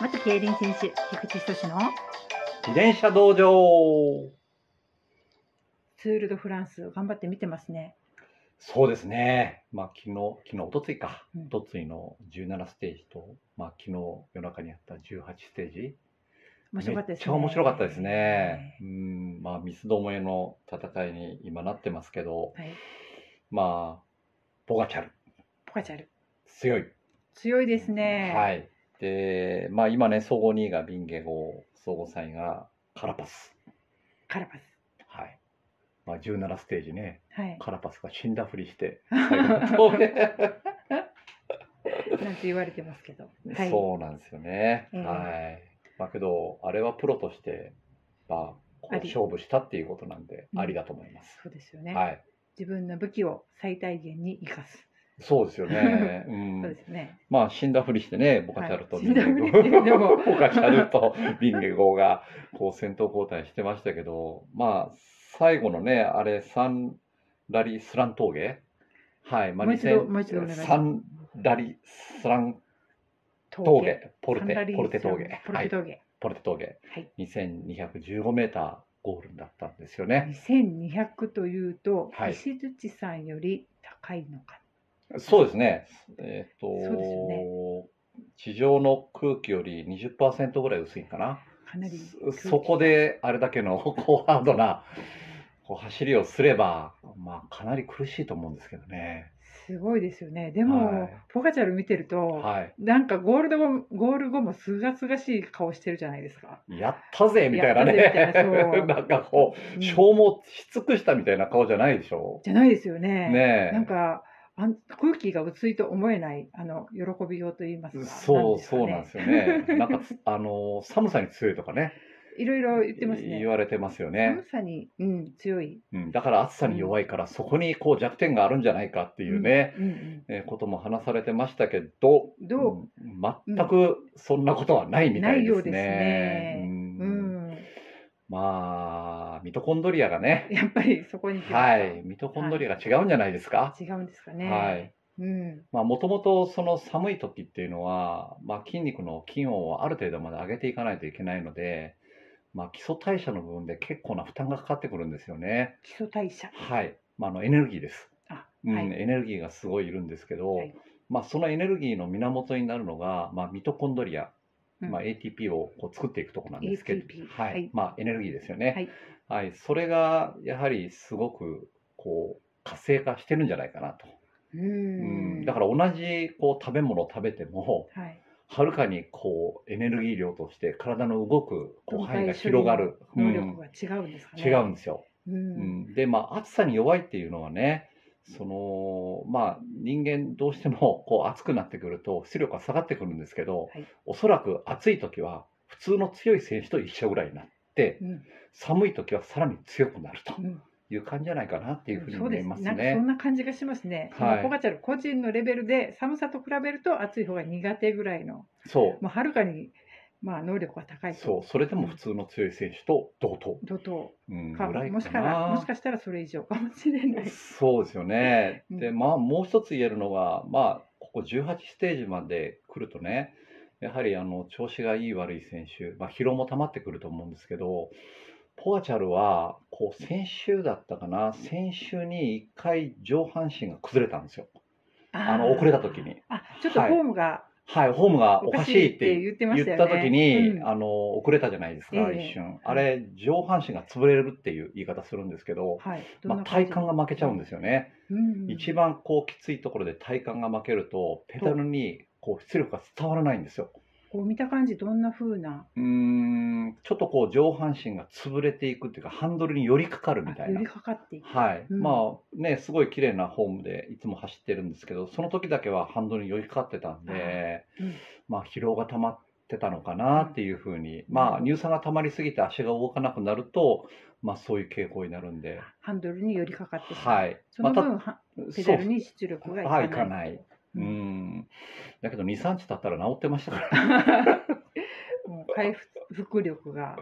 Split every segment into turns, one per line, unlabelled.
元競輪選手菊池仁の
自転車道場
ツール・ド・フランス頑張って見てますね。
そうですね、まあ、昨日昨日おとついか、
うん
おとついの17ステージと、まあ昨日夜中にやった18ステージ、
面白かったですね。
めっちゃ面白かったですね。うんまあ、三つどもえの戦いに今なってますけど、
はい。はい
まあ、ボガチャル、
ポカチャル
強い。
強いですね。
はい。で、まあ今ね、総合2位がビンゲゴ、総合3位がカラパス。
カラパス。
はい。まあ17ステージね、
はい。
カラパスが死んだふ りして、最後の
な
投げ
んて言われてますけど。はい。
そうなんですよね。
ええ
はい。まあけど、あれはプロとして、まあ、こう
あり
勝負したっていうことなんで、
うん
ありだと思います。
そうですよね、
はい。
自分の武器を最大限に生かす。
そうです よね。うん
そうですよね。
まあ死んだふりしてね、ボカチャルと
はい
ビンゲゴ、
死んだふりしてでも
ボカチャルとビンゲゴがこう戦闘交代してましたけど、まあ最後のね、あれ3ラリースラン峠はい、
もう一度もう一度お願いします
3ラリースラン
峠。
峠、ポル
サンダ
テ、
リー
ポルテ
さん
峠、
ポ
は
ルテ
い、
峠。
ポルテ峠
はい、
2215メーターゴールだったんですよね。
2200というと、
はい
石槌さんより高いのか。
そうですね。えーっと、
そうですよ
地上の空気より20%ぐらい薄いかな。
かなり空気
そそこであれだけの こうハードなこう走りをすれば、まあ、かなり苦しいと思うんですけどね。
すごいですよね。でも、
はい
ポカチャル見てると、
はい、
なんかゴールドもゴール後もすがすがしい顔してるじゃないですか。
やったぜみたいな
やったぜみたい
ね
なそう
なんかこ
う
う、
ん
消耗し尽くしたみたいな顔じゃないでしょ。
じゃないですよね。
ねえ
なんかあん空気が薄いと思えないあの喜びようと言いますか。
そうそうなんです
よ。
よね。なんかつあの寒さに強いとかね
いろいろ言ってます
言
ね。
われてますよね
寒、さに、うん、強い。
うん。だから暑さに弱いからそこにこう弱点があるんじゃないかっていうね、
うんうん
えーことも話されてましたけど、
ど
うん全くそんなことはないみたいですね。
ないようですね
うん
うん
まあ、ミトコンドリアがね、
やっぱりそこに行きま
は
す
い、ミトコンドリアが違うんじゃないですか。
か違うんですかね。
はい。
うん、
まあ、もともとその寒い時っていうのは、まあ、筋肉の筋温をある程度まで上げていかないといけないので、まあ、基礎代謝の部分で結構な負担がかかってくるんですよね。
基礎代謝。
はい。まあ、あのエネルギーです。
あ
うん
はい
エネルギーがすごいいるんですけど、
はい
まあ、そのエネルギーの源になるのが、まあ、ミトコンドリア、
うん
まあ、ATP をこう作っていくところなんですけど、
ATP
はい
はい
まあ、エネルギーですよね、
はい
はいそれがやはりすごくこう活性化してるんじゃないかなと、
う
うん
ん。
だから同じこう食べ物を食べても
ら、はい、
はるかにこうエネルギー量として体の動くこう範囲
動体処理の
が広がる、う
能力
ん、
が違うんですかね。
違うんですよ。
うん。
うん、でまあ暑さに弱いっていうのはねそのまあ人間どうしてもこう暑くなってくると出力が下がってくるんですけど、
はい
おそらく暑い時は普通の強い選手と一緒ぐらいになって
うん
寒い時はさらに強くなると
うん
いう感じじゃないかなっていうふうに
そう
思
で
い
す
ます
なんかそ
ね
ん。な感じがしますね。
はい
今ポカチャル個人のレベルで寒さと比べると暑い方が苦手ぐらいの、
そう
もうはるかにまあ能力が高いと
そうそれでも普通の強い選手と同等、
怒涛
うん、ぐ
から
い
もしかした
か
らも
な
し。かしたらそれ以上かもしれない。
そうですよね。
うん
で、まあ、もう一つ言えるのは、まあ、ここ18ステージまで来るとね、やはりあの調子がいい悪い選手、まあ、疲労も溜まってくると思うんですけど、ポアチャルはこう先週だったかな、先週に1回上半身が崩れたんですよ、 あの
ー
遅れた時に。
あちょっとフォームが
はい、ホームが
お
お
か
か
し
し
いっ
いってて
言ってま
言
し
った
よね。
た時に、
うん
あの遅れたじゃないですか、
ええ
一瞬。あれ、上半身が潰れるっていう言い方するんですけど、
はい、ど
ま
ん
あ、
な
体
感じ
幹が負けちゃうんですよね。
うんうん
一番こうきついところで体幹が負けるとペダルにこう出力が伝わらないんですよ。
こう見た感じどんな風な
うーんちょっとこう上半身が潰れていくっていうかハンドルに寄りかかるみた
あ
い
寄
な
り。かかっていく。
はい、
うん
まあねすごい綺麗なフォームでいつも走ってるんですけどその時だけはハンドルに寄りかかってたんで
うん
まあ疲労が溜まってたのかなっていうふうに、まあ乳酸が溜まりすぎて足が動かなくなるとまあそういう傾向になるんで、
ハンドルに寄りかかってしまう
はい、
その
ま
分、は
た
ペダルに出力がい
はい、い
か
か
ない。
ない。
う
うんん。だけど2、3日経ったら治ってましたから。
もう回復力が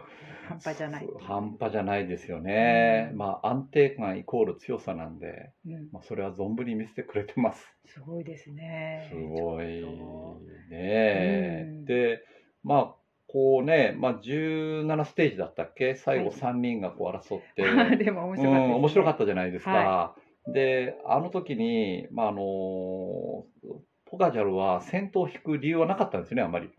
半端じゃない。
そう半端じゃないですよね。
うん
まあ安定感イコール強さなんで、
うん、
まあ、それは存分に見せてくれてます。
すごいですね。
すごい
ちょっと
ねえ
うん
で、まあこうね、まあ、17ステージだったっけ最
は
後
い
3人がこう争って、
でも 面
う
白かったですね、
ん、面白かったじゃないですか。
は
であの時に、まああのポカジャルは先頭を引く理由はなかったんですよねあんまり。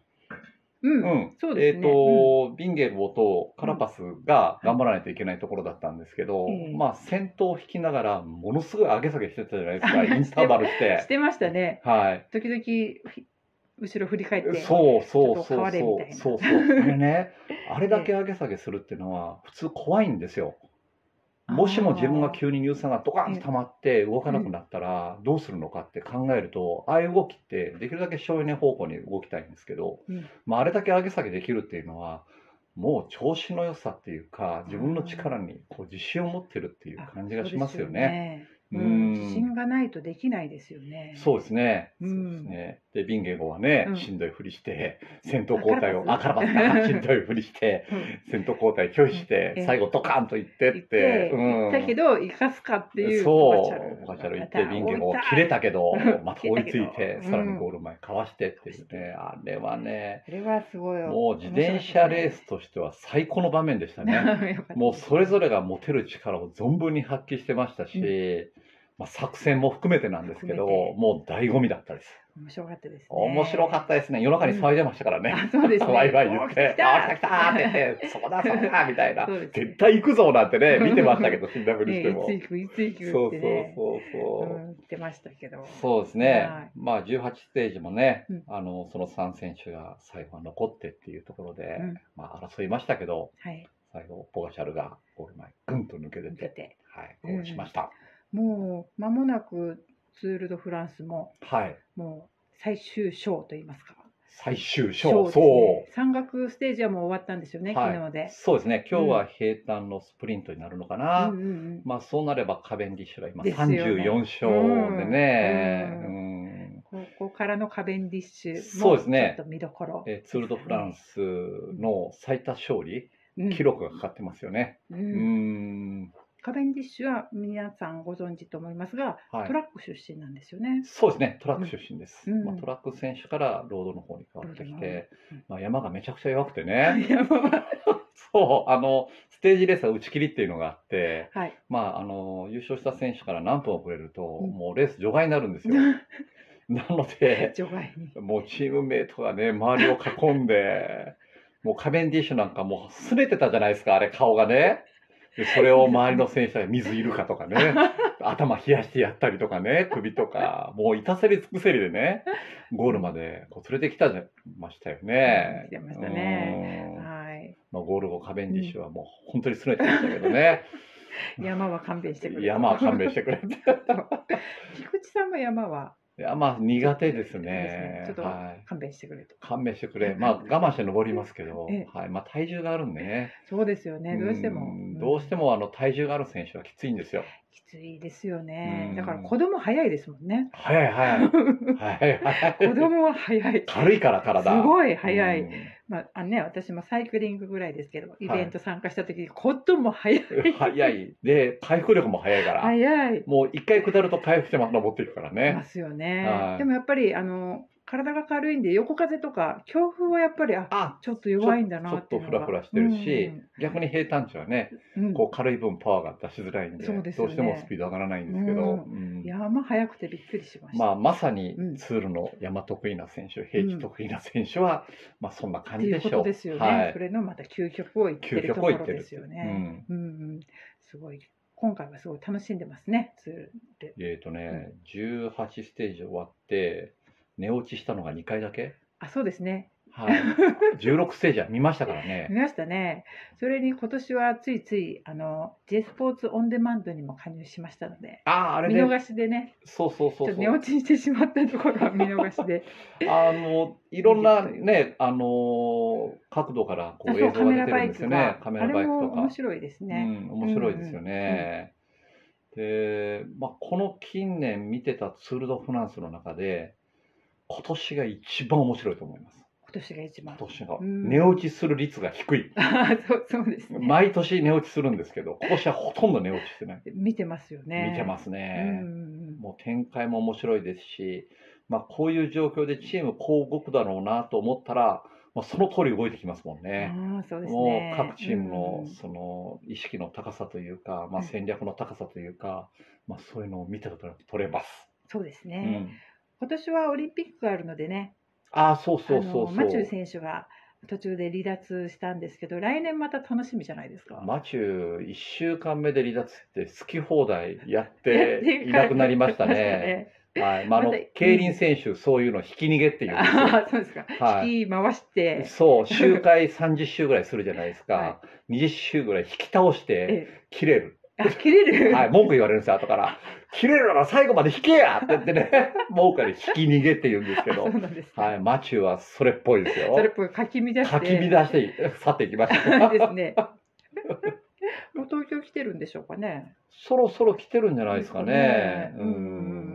う、
うんん
そうで
えっ、
すね。
と、ビンゲルボとカラパスが頑張らないといけないところだったんですけど、
ええ
まあ先頭を引きながらものすごい上げ下げしてたじゃないです
あ
かインターバル し。
うん、しててましたね。
はい
時々ひ後ろ振り返って、
そうそう
ちょっと変
そう
われみたいな
そうそうそうあ れねあれだけ上げ下げするっていうのは普通怖いんですよもしも自分が急に乳酸がドカンと溜まって動かなくなったらどうするのかって考えるとああいう動きってできるだけ省エネ方向に動きたいんですけど、
うん
まあ、あれだけ上げ下げできるっていうのはもう調子の良さっていうか自分の力にこう自信を持ってるっていう
あ
感じがしますよ
そうです
ね。
よね。う、
うんん
自信がないとできないですよね。
そうですね。
う
そ
ん
うですね。で、ビンゲゴはね
う、ん
しんどいふりして、戦闘交代を、
あ
あ、
カ
カ
ラ
ラ
バ
バ
ス
ス
だ
だ、しんどいふりして、
うん
戦闘交代拒否し
ええ
て、最後ドカンと行って
言っ
ってて、
言ったけど生かすかっていう
そう、ポカチャル行って、ビンゲゴ切れた けど
うん、
また追いつい
切れた
て、
けど
さらにゴール前かわしてっていうね、あれはね、
それはすごい
もう自転車レースとしては最高の場面でしたね。 もうそれぞれが持てる力を存分に発揮してましたし、
う
まあ、作戦も含めてなんですけど、
含めて
もう醍醐味だったです。
れ面白かったですね
面白かったですね。夜中に騒いでましたからね。
あそうですね
ワイワイ言って
お、来た
あ、来た来たって言って、そこだ、そこだ、みたいな
そうですね。
絶対行くぞなんてね、見てました けど、死んだふり
ね
しても。
いつ行くいつ行くってね
そうそうそうそう。
うん言ってましたけど
そうです
は
ね
い、
まあ18ステージもね、
うん
あのその3選手が最後は残ってっていうところで、
うん
まあ、争いましたけど、
はい
最後、ポガシャルがゴール前、ぐんと抜け出
抜け
て、
て
はい、ゴールしました。
もう間もなくツール・ド・フランスも
はい、
もう最終章と言いますか
最終
章
章、
です
そ
ね山岳ステージはもう終わったんですよね
う、
昨
は
日で
い、そうですね、今日は平坦のスプリントになるのかな、
うんうんうん
まあそうなればカベンディッシュが今
ですよね
34勝でね、
う
うん
ここからのカベンディッシュ
そ
も
うですね
ちょっと見どころ、
えツール・ド・フランスの最多勝利、
うん
記録がかかってますよね。
う
うんん
カベンディッシュは皆さんご存知と思いますが、
はい
トラック出身なんですよね。
そうですね、トラック出身です。
うん
まあ、トラック選手からロードの方に変わってきて、
うん
まあ、山がめちゃくちゃ弱くて ね、
いやまあまあ
そうあのステージレースは打ち切りっていうのがあって、
はい。
まあ、あの優勝した選手から何分遅れると、
うん
もうレース除外になる んですよ。なので、
除外に。
もうチームメイトがね、周りを囲んで、 もうカベンディッシュなんかもうすれてたじゃないですか、あれ、顔がね。でそれを周りの選手が水いるかとか ね、頭冷やしてやったりとかね、首とか、もういたせり尽くせりでね、ゴールまでこう連れてきたじゃましたよね。
連れてきてましたね
うん
はい。
まあ、ゴール後、カベンディッシュはもう本当にすれてましたけどね、
山は勘弁してくれ。
山は勘弁してくれて。
菊池さんも山はい
やまあ苦 手です
ちょ
ね
っ。と
はい
勘弁してくれと。
勘弁してくれ、まあ、我慢して登りますけど
え、
はいまあ、体重があるんでね、
そうですよね。どうしても。
んどうして
も。
もあの体重がある選手はきついんですよ。
きついですよね
う。ん
だから子供早いですもん ね。
早い早いはいはい
子供は早い。
軽いから体。
すごい早
う
い。
ん
まあ、あのね、私もサイクリングぐらいですけど、イベント参加した時に、子供早い。
早い。で回復力も早いから。
早い。
もう一回下ると回復してまた登っていくから
ま
ね。
すよね、
はい
でもやっぱりあの体が軽いんで横風とか強風はやっぱりあ
あ
ちょっと弱いんだ
ちょ
な
っ
ってい
と
うの
フ
が
ラフラしてるし、逆に平坦地はね、
うんうんうん
こう軽い分パワーが出しづらいんで、
そうですよ
どう
ね
してもスピード上がらないんですけど、
うん
うん
いやまあ速くてびっくりしました、
まあ、まさに
うん
ツールの山得意な選手、平地得意な選手は、まあそんな
っ
感
てい
じ
う
で
こ
しょ
と
う。
ですよね、
はい
それのまた究極を言ってる
究
と
極
こ
を言
ろ
ってる
ですよ
う
ね。
ん
うんうんすごい今回はすごい楽しんでますねツールで。
えーとね、18ステージ終わって、寝落ちしたのが2回だけ、
あそうですね
はい、16ステージは見ましたから
見
ね、
ましたねそれに今年はついついあの J スポーツオンデマンドにも加入しましたので
ああ、あれ
見逃
で、
しでね
そうそう
ちょ
そ
っ
う
と
そ
寝
う
落、ちしてしまったところは見逃しで
あのいろんな、ねあのー角度から こ
あ
う
そう
映
カ
像
メラ
が出て
バ
るん
イ
です
ク
よね
が、
カメラバイク
あれ
と
も
か
面。白いです
う
ね。
ん、面白いですよね。で、まあ、この近年見てたツール・ド・フランスの中で、今年が一番面白いと思います。
今年が一
今
番。
年が。
うん
寝落ちする率が 低い。
あーそうそうですね。
毎年寝落ちするんですけど、今年はほとんど寝落ちしてない。
見てますよね。
見てます
うん
ね。
うん
もう展開も面白いですし、まあ、こういう状況でチームこう動くだろうなと思ったら、まあ、その通り動いてきますもんね。
ああ、そうです
も
ね。
う各チーム
う
の
ん
その意識の高さというか、まあ、
うん
戦略の高さというか、まあ、そういうのを見たことなく取れます。
そうです
う
ね、
ん、
今年はオリンピックがあるのでね、
ああ、そうそう
あ
そう
の
そう。
マチュー選手が途中で離脱したんですけど、来年また楽しみじゃないですか。
マチュー1週間目で離脱って好き放題
や
やっ
って
ていなくなりまし たね。はいまあ、あの
またうん
競輪選手、そういうのひき逃げってい
い
うん
ま
で
し
す
たね。
よ
ああ、そうですか。
はい
引き回して、
そう、周回30周ぐらいするじゃないですか、
は
20周ぐらい引き倒して
ええ
切れる、
あ切れる。
はい、文句言われるんですよ、後から、切れるなら最後まで引けやって言ってね、 文句で引き逃げって言うんですけ
あそ
ど
う、なんです、ね。
はい、マチューはそれっぽいですよ
そ。れっぽいかき乱して。
かき乱して去っていきました。
ですね。 もう東京来てるんでしょうかね。
そろそろ来てるんじゃないですかね。
うんうん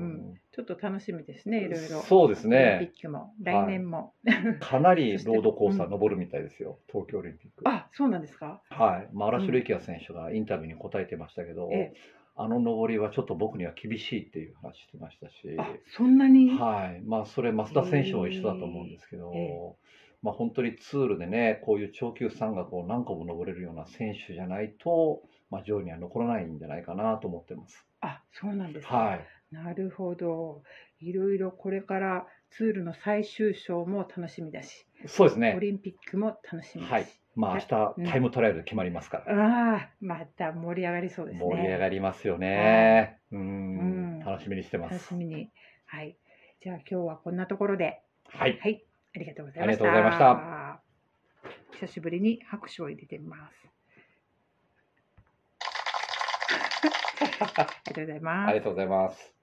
ちょっと楽しみですね。いろいろ。
そうです
オリン
ね。
ピックも来年も。
かなりロードコースタ
う
ー登るみたいですよ、東京オリンピック。
あ、そうなんですか。
はい、まあ、荒城力也選手がインタビューに答えてましたけど、
ええ
あの登りはちょっと僕には厳しいっていう話してましたし、
あ、そんなに。
はいまあ、それ、増田選手も一緒だと思うんですけど、
ええ
まあ、本当にツールでね、こういう長級山岳を何個も登れるような選手じゃないと、まあ、上位には残らないんじゃないかなと思ってます。
あ、そうなんですか。
はい
なるほど。いろいろこれからツールの最終章も楽しみだし、
そうです
オ
ね、
リンピックも楽しみだし。
はいまあ明
うん
日タイムトライアル決まりますから、
ああ、また盛り上がりそうですね。
盛り上がりますよね、うん
うん
楽しみにしてま
楽
す
し。みに。はい。じゃあ今日はこんなところで。
はい、
はい、ありがとうござい
あ
ま
り
した。
がとうございました
久しぶりに拍手を入れてみ ます。ありがとうございます
あり。がとうございます。